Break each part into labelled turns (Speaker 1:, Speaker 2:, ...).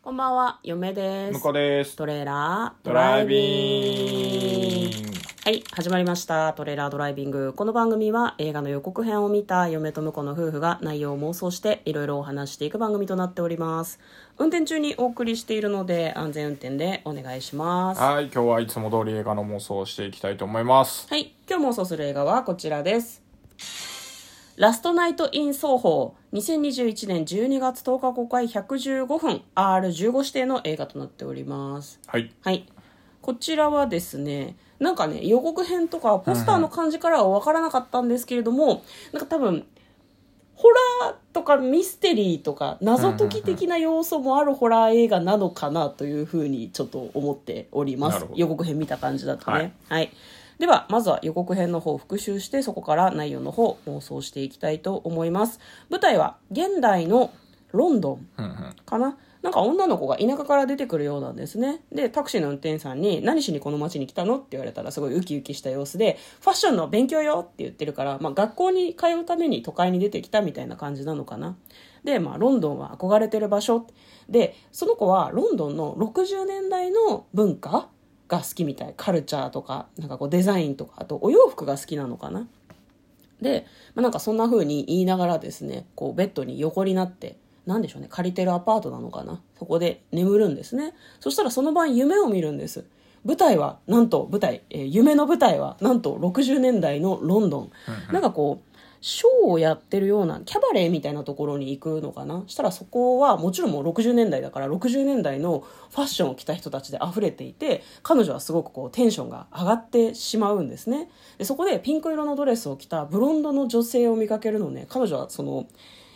Speaker 1: こんばんは、嫁です。
Speaker 2: 向こうです。
Speaker 1: トレーラード
Speaker 2: ドライビング。
Speaker 1: はい、始まりました。トレーラードライビング。この番組は映画の予告編を見た嫁と婿の夫婦が内容を妄想していろいろお話していく番組となっております。運転中にお送りしているので安全運転でお願いします。は
Speaker 2: はい、今日はいつも通り映画の妄想をしていきたいと思います。
Speaker 1: い、今日妄想する映画はこちらです。ラストナイト・イン・奏法2021年12月10日公開115分 R15 指定の映画となっております。
Speaker 2: はい。
Speaker 1: はい。こちらはですね、なんかね、予告編とかポスターの感じからは分からなかったんですけれども、なんか多分、ホラーとかミステリーとか謎解き的な要素もあるホラー映画なのかなというふうにちょっと思っておりま
Speaker 2: な
Speaker 1: す
Speaker 2: るほ。ど
Speaker 1: 予告編見た感じだとね。
Speaker 2: はい
Speaker 1: はい。では、まずは予告編の方を復習して、そこから内容の方を妄想していきたいと思います。舞台は現代のロンドン。
Speaker 2: うんうん。
Speaker 1: かななんか女の子が田舎から出てくるようなんですねでタクシーの運転手さんに「何しにこの町に来たの?」って言われたらすごいウキウキした様子で「ファッションの勉強よ」って言ってるから、まあ、学校に通うために都会に出てきたみたいな感じなのかなで、まあ、ロンドンは憧れてる場所でその子はロンドンの60年代の文化が好きみたいカルチャーとかなんかこうデザインとかあとお洋服が好きなのかなで、まあ、なんかそんな風に言いながらですねこうベッドに横になってなんでしょうね借りてるアパートなのかなそこで眠るんですねそしたらその晩夢を見るんです舞台はなんと舞台、えー夢の舞台はなんと60年代のロンドンなんかこうショーをやってるようなキャバレーみたいなところに行くのかなしたらそこはもちろんもう60年代だから60年代のファッションを着た人たちで溢れていて彼女はすごくこうテンションが上がってしまうんですねでそこでピンク色のドレスを着たブロンドの女性を見かけるのね彼女はその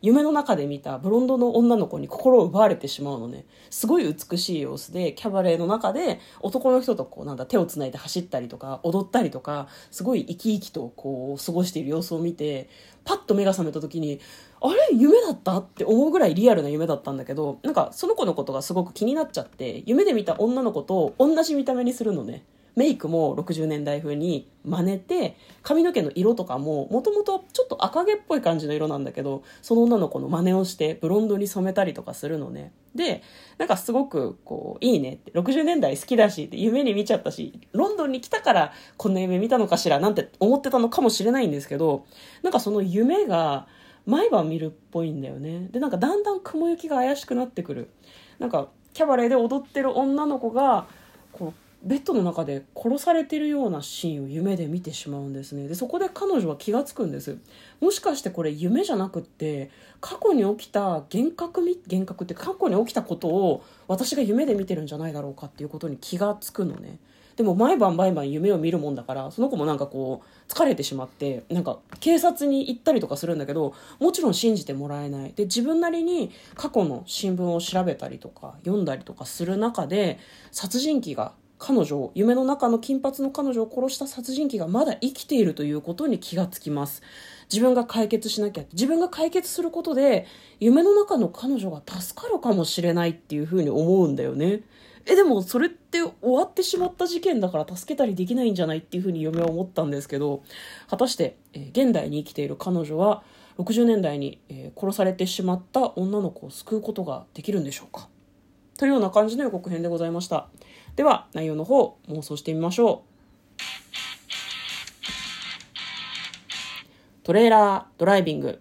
Speaker 1: 夢の中で見たブロンドの女の子に心を奪われてしまうのねすごい美しい様子でキャバレーの中で男の人とこうなんだ手をつないで走ったりとか踊ったりとかすごい生き生きとこう過ごしている様子を見てパッと目が覚めた時にあれ夢だったって思うぐらいリアルな夢だったんだけどなんかその子のことがすごく気になっちゃって夢で見た女の子と同じ見た目にするのね。メイクも60年代風に真似て髪の毛の色とかももともとちょっと赤毛っぽい感じの色なんだけどその女の子の真似をしてブロンドに染めたりとかするのねでなんかすごくこういいねって60年代好きだしって夢に見ちゃったしロンドンに来たからこんな夢見たのかしらなんて思ってたのかもしれないんですけどなんかその夢が毎晩見るっぽいんだよねでなんかだんだん雲行きが怪しくなってくるなんかキャバレーで踊ってる女の子がこうベッドの中で殺されてるようなシーンを夢で見てしまうんですねでそこで彼女は気が付くんですもしかしてこれ夢じゃなくって過去に起きた幻覚み幻覚って過去に起きたことを私が夢で見てるんじゃないだろうかっていうことに気が付くのねでも毎晩毎晩夢を見るもんだからその子もなんかこう疲れてしまってなんか警察に行ったりとかするんだけどもちろん信じてもらえないで自分なりに過去の新聞を調べたりとか読んだりとかする中で殺人鬼が彼女を夢の中の金髪の彼女を殺した殺人鬼がまだ生きているということに気がつきます自分が解決しなきゃ自分が解決することで夢の中の彼女が助かるかもしれないっていうふうに思うんだよねえでもそれって終わってしまった事件だから助けたりできないんじゃないっていうふうに嫁は思ったんですけど果たして、えー現代に生きている彼女は60年代に、えー殺されてしまった女の子を救うことができるんでしょうかというような感じの予告編でございましたでは内容の方妄想してみましょうトレーラードライビング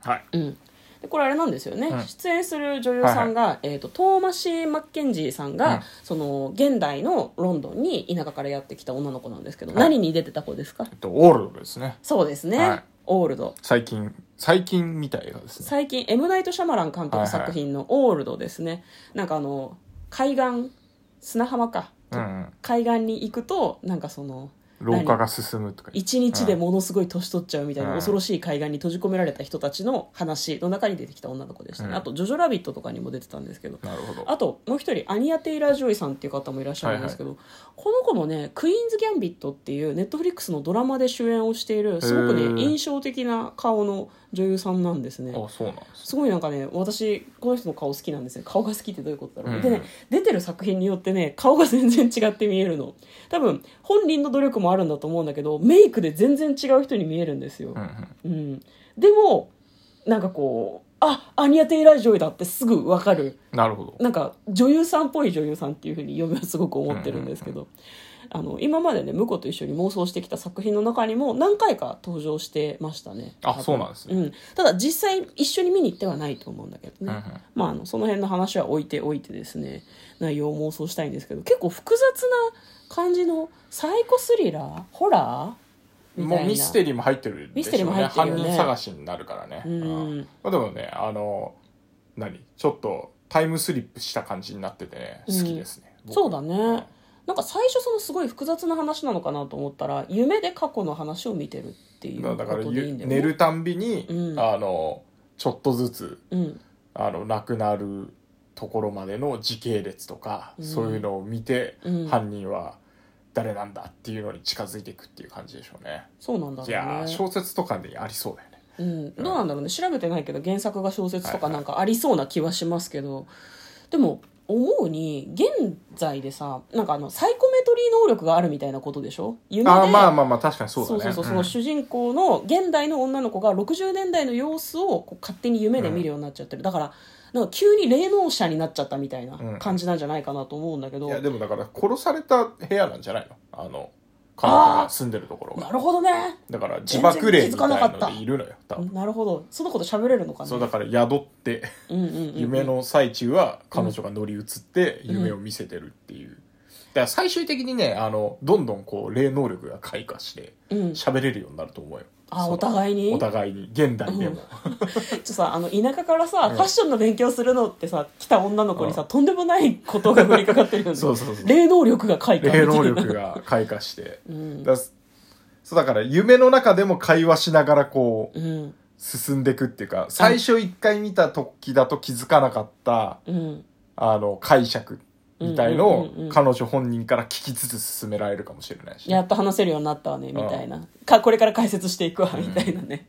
Speaker 2: はい。
Speaker 1: うん、でこれあれなんですよね、
Speaker 2: うん
Speaker 1: 出演する女優さんが、えー、とトーマシー・マッケンジーさんが、
Speaker 2: うん
Speaker 1: その現代のロンドンに田舎からやってきた女の子なんですけど、
Speaker 2: はい
Speaker 1: 何に出てた子ですか
Speaker 2: えっと、オールドですね。
Speaker 1: そうですね、
Speaker 2: はい
Speaker 1: オールド
Speaker 2: 最近、最近みたいなですね。
Speaker 1: 最近エム・ナイト・シャマラン監督作品の「オールド」ですね、なんかあの海岸砂浜か、
Speaker 2: うんうん。
Speaker 1: 海岸に行くとなんかその
Speaker 2: 老化が進むとか言って。
Speaker 1: 一日でものすごい年取っちゃうみたいな
Speaker 2: うん
Speaker 1: 恐ろしい海岸に閉じ込められた人たちの話の中に出てきた女の子でしたね、
Speaker 2: うん
Speaker 1: あと「ジョジョラビット」とかにも出てたんですけど
Speaker 2: なるほど。
Speaker 1: あともう一人アニア・テイラー・ジョイさんっていう方もいらっしゃるんですけど、この子もね「クイーンズ・ギャンビット」っていうネットフリックスのドラマで主演をしているすごく
Speaker 2: へー
Speaker 1: ね印象的な顔の女優さんなんですね
Speaker 2: あ、そうなんです。
Speaker 1: すごいなんかね私この人の顔好きなんですね顔が好きってどういうことだろう、
Speaker 2: うん
Speaker 1: でね出てる作品によってね顔が全然違って見えるの多分本人の努力もあるんだと思うんだけどメイクで全然違う人に見えるんですよ、
Speaker 2: うんうん。
Speaker 1: うん、でもなんかこうあアニア・テイラー・ジョイだってすぐわかる
Speaker 2: なるほど。
Speaker 1: なんか女優さんっぽい女優さんっていうふうに嫁はすごく思ってるんですけど、あの今までね婿と一緒に妄想してきた作品の中にも何回か登場してましたね
Speaker 2: あ
Speaker 1: 多分
Speaker 2: そうなんですね
Speaker 1: うん、ただ実際一緒に見に行ってはないと思うんだけどね、
Speaker 2: うんうん
Speaker 1: まあ、あのその辺の話は置いておいてですね内容を妄想したいんですけど結構複雑な感じのサイコスリラーホラーみたい
Speaker 2: も
Speaker 1: な
Speaker 2: うミステリーも入ってるでしょうね
Speaker 1: ミステリーも入ってるよね
Speaker 2: 犯人探しになるからね。
Speaker 1: うん
Speaker 2: まあ、でもね、あの、何ちょっとタイムスリップした感じになっててね、好きですね。僕
Speaker 1: そうだね。なんか最初そのすごい複雑な話なのかなと思ったら夢で過去の話を見てるっていう
Speaker 2: だ
Speaker 1: こ
Speaker 2: から、
Speaker 1: とでいいんだよね
Speaker 2: 寝るたんびに、
Speaker 1: うん
Speaker 2: あの、ちょっとずつ、
Speaker 1: うん
Speaker 2: あの、亡くなるところまでの時系列とか、
Speaker 1: うん
Speaker 2: そういうのを見て、
Speaker 1: うん
Speaker 2: 犯人は誰なんだっていうのに近づいていくっていう感じでしょうね。
Speaker 1: そうなんだろ
Speaker 2: いや
Speaker 1: う
Speaker 2: ー
Speaker 1: ね
Speaker 2: 小説とかにありそうだよね。
Speaker 1: うん、どうなんだろうね調べてないけど原作が小説とかなんかありそうな気はしますけど、でも思うに現在でさなんかあのサイコメトリー能力があるみたいなことでしょ夢で
Speaker 2: あーまあまあまあ、確かにそうだ
Speaker 1: そう
Speaker 2: ね。
Speaker 1: そうそう、そ
Speaker 2: ん
Speaker 1: の主人公の現代の女の子が60年代の様子をこう勝手に夢で見るようになっちゃってる、だからなんか急に霊能者になっちゃったみたいな感じなんじゃないかなと思うんだけど、
Speaker 2: いやでもだから殺された部屋なんじゃないのあの彼女が住んでるところ
Speaker 1: な
Speaker 2: が
Speaker 1: るほどね
Speaker 2: だから自爆霊みたいなのでいるのよ多分
Speaker 1: なるほどそのこと喋れるのか
Speaker 2: そう
Speaker 1: な
Speaker 2: だから宿って
Speaker 1: うんうんうん
Speaker 2: 夢の最中は彼女が乗り移って夢を見せてるっていうだから最終的にねあのどんどんこう霊能力が開花して
Speaker 1: うん
Speaker 2: 喋れるようになると思うよ
Speaker 1: あ
Speaker 2: その
Speaker 1: お互いに
Speaker 2: お互いに現代でも
Speaker 1: ちょっとさあの田舎からさ、
Speaker 2: うん
Speaker 1: ファッションの勉強するのってさ来た女の子にさ、とんでもないことが降りかかってるよね
Speaker 2: そうそうそう
Speaker 1: 霊能力が開花
Speaker 2: 霊能力
Speaker 1: が、
Speaker 2: が開花して
Speaker 1: うん
Speaker 2: だからそうだから夢の中でも会話しながらこう
Speaker 1: うん
Speaker 2: 進んでいくっていうか、最初一回見た時だと気づかなかった、
Speaker 1: うん
Speaker 2: あの、解釈みたいの
Speaker 1: うんうんうんう
Speaker 2: を
Speaker 1: ん
Speaker 2: 彼女本人から聞きつつ進められるかもしれないしね、
Speaker 1: やっと話せるようになったわねみたいなかこれから解説していくわみたいなね、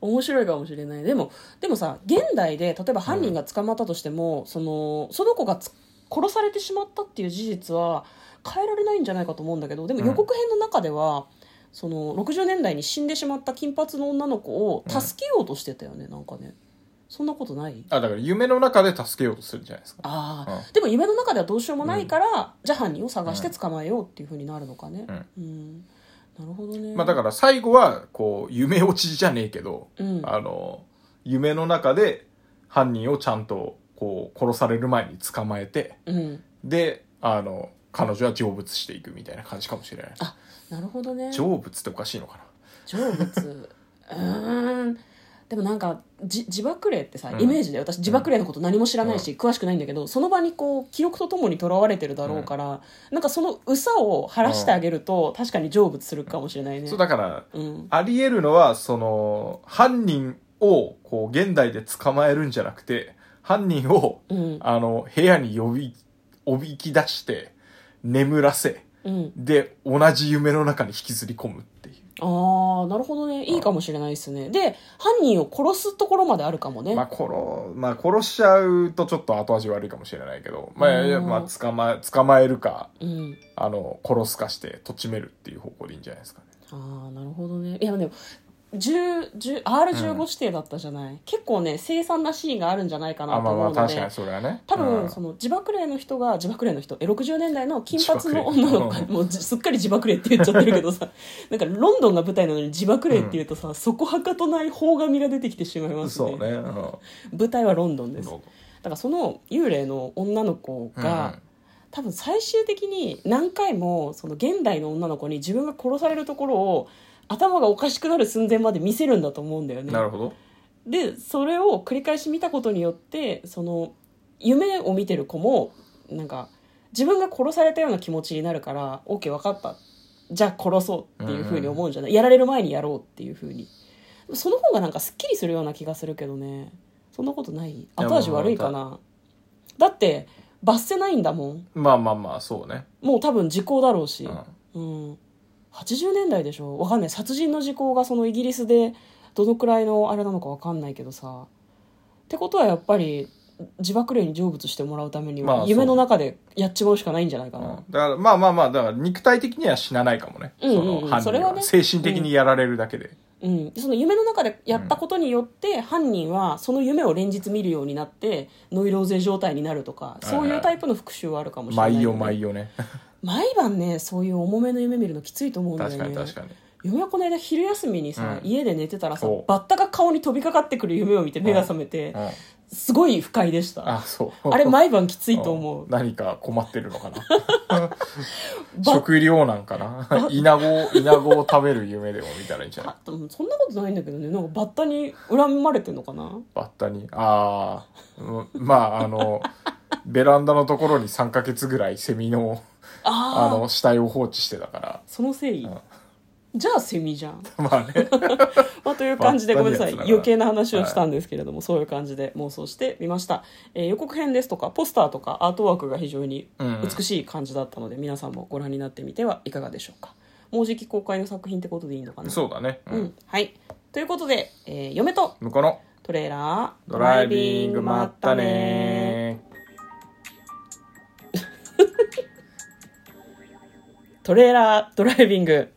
Speaker 1: 面白いかもしれないでもでもさ現代で例えば犯人が捕まったとしても、そのその子がつ殺されてしまったっていう事実は変えられないんじゃないかと思うんだけどでも予告編の中では、その60年代に死んでしまった金髪の女の子を助けようとしてたよね、なんかねそんなことない
Speaker 2: あ、だから夢の中で助けようとするんじゃないですか。
Speaker 1: ああ、
Speaker 2: う
Speaker 1: でも夢の中ではどうしようもないから、じゃあ犯人を探して捕まえようっていうふうになるのかねうん、なるほどね
Speaker 2: まあだから最後は、こう、夢落ちじゃねえけど、
Speaker 1: うん
Speaker 2: あの、夢の中で犯人をちゃんと、こう、殺される前に捕まえて、
Speaker 1: うん
Speaker 2: で、あの、彼女は成仏していくみたいな感じかもしれない。
Speaker 1: あなるほどね
Speaker 2: 成仏っておかしいのかな
Speaker 1: 成 仏うーんでもなんかじ自爆霊ってさ
Speaker 2: うん
Speaker 1: イメージで私自爆霊のこと何も知らないし、詳しくないんだけどその場にこう記憶とともにとらわれてるだろうから、なんかその憂さを晴らしてあげると、確かに成仏するかもしれないね
Speaker 2: そうだから、
Speaker 1: うん
Speaker 2: あり得るのは、その、犯人を、こう、現代で捕まえるんじゃなくて、犯人を、
Speaker 1: うん
Speaker 2: あの、部屋に呼び、おびき出して、眠らせ、
Speaker 1: うん、
Speaker 2: で、同じ夢の中に引きずり込むっていう。
Speaker 1: ああなるほどねいいかもしれないですねで犯人を殺すところまであるかもね、
Speaker 2: まあ、殺、まあ、殺しちゃうとちょっと後味悪いかもしれないけど、まあ、いや
Speaker 1: うん
Speaker 2: まあ、捕まえ、捕まえるか、
Speaker 1: うん
Speaker 2: あの、殺すかして、とちめるっていう方向でいいんじゃないですかね。
Speaker 1: ああなるほどねいやでも10 10 R15 指定だったじゃない、結構ね凄惨なシーンがあるんじゃないかな
Speaker 2: あ、
Speaker 1: と
Speaker 2: まあま
Speaker 1: 思
Speaker 2: あ、
Speaker 1: うの
Speaker 2: 確か
Speaker 1: で
Speaker 2: にそれはね。
Speaker 1: 多
Speaker 2: う
Speaker 1: 分
Speaker 2: ん
Speaker 1: その自爆霊の人が自爆霊の人え60年代の金髪の
Speaker 2: 自
Speaker 1: 女
Speaker 2: 爆霊
Speaker 1: の子もうじすっかり自爆霊って言っちゃってるけど さなんかロンドンが舞台なのに自爆霊っていうとさ、そこはかとない邦紙が出てきてしまいます
Speaker 2: そ
Speaker 1: ね
Speaker 2: うね。うん
Speaker 1: 舞台はロンドンですだ
Speaker 2: そ
Speaker 1: からその幽霊の女の子
Speaker 2: う
Speaker 1: が、
Speaker 2: うん
Speaker 1: 多分最終的に何回もその現代の女の子に自分が殺されるところを頭がおかしくなる寸前まで見せるんだと思うんだよね
Speaker 2: なるほど。
Speaker 1: でそれを繰り返し見たことによってその夢を見てる子もなんか自分が殺されたような気持ちになるから OK 分かったじゃあ殺そうっていうふうに思うんじゃない、やられる前にやろうっていうふうにその方がなんかすっきりするような気がするけどねそんなことない
Speaker 2: や
Speaker 1: 後味悪いかなだって罰せないんだもん
Speaker 2: まあまあまあ、そうね。
Speaker 1: もう多分時効だろうし、
Speaker 2: うん
Speaker 1: うん80年代でしょわかんない殺人の時効がそのイギリスでどのくらいのあれなのかわかんないけどさってことはやっぱり自爆霊に成仏してもらうために
Speaker 2: まあ
Speaker 1: は
Speaker 2: そう
Speaker 1: 夢の中でやっちまうしかないんじゃないかな、
Speaker 2: うんだからまあまあまあだから肉体的には死なないかもね、
Speaker 1: うんうんうん
Speaker 2: その犯人
Speaker 1: それはね
Speaker 2: 精神的にやられるだけで、
Speaker 1: うん、その夢の中でやったことによって、犯人はその夢を連日見るようになってノイローゼ状態になるとかそういうタイプの復讐はあるかもしれない
Speaker 2: 毎
Speaker 1: よ
Speaker 2: 夜
Speaker 1: ね、
Speaker 2: 毎夜ね
Speaker 1: 毎晩ねそういう重めの夢見るのきついと思うんだよね
Speaker 2: 確かに確かに
Speaker 1: 嫁はこの間昼休みにさ、
Speaker 2: うん
Speaker 1: 家で寝てたらさ
Speaker 2: そう
Speaker 1: バッタが顔に飛びかかってくる夢を見て目が覚めて、
Speaker 2: うん
Speaker 1: すごい不快でした
Speaker 2: あ
Speaker 1: あ
Speaker 2: そう
Speaker 1: れ毎晩きついと思う、
Speaker 2: ん何か困ってるのかな
Speaker 1: バ
Speaker 2: 食料なんかな イナゴイナゴを食べる夢でも見たらいいんじゃない
Speaker 1: あでもそんなことないんだけどねなんかバッタに恨まれてんのかな
Speaker 2: バッタにああうんまああのベランダのところに3ヶ月ぐらいセミの
Speaker 1: あ
Speaker 2: あ
Speaker 1: あ
Speaker 2: の死体を放置してたから
Speaker 1: そのせい、
Speaker 2: ん
Speaker 1: じゃあセミじ ゃん、
Speaker 2: まあね
Speaker 1: まあ、という感じで
Speaker 2: ま
Speaker 1: ご
Speaker 2: あ
Speaker 1: めんなさい
Speaker 2: ダメなやつだから
Speaker 1: 余計な話をしたんですけれども、そういう感じで妄想してみました、えー予告編ですとかポスターとかアートワークが非常に
Speaker 2: うん
Speaker 1: 美しい感じだったので、皆さんもご覧になってみてはいかがでしょうかもうじき公開の作品ってことでいいのかな
Speaker 2: そうだね、う
Speaker 1: うんん、はいということで、えー嫁と
Speaker 2: 向こうの
Speaker 1: トレーラー
Speaker 2: ドライビングまったね
Speaker 1: トレーラードライビング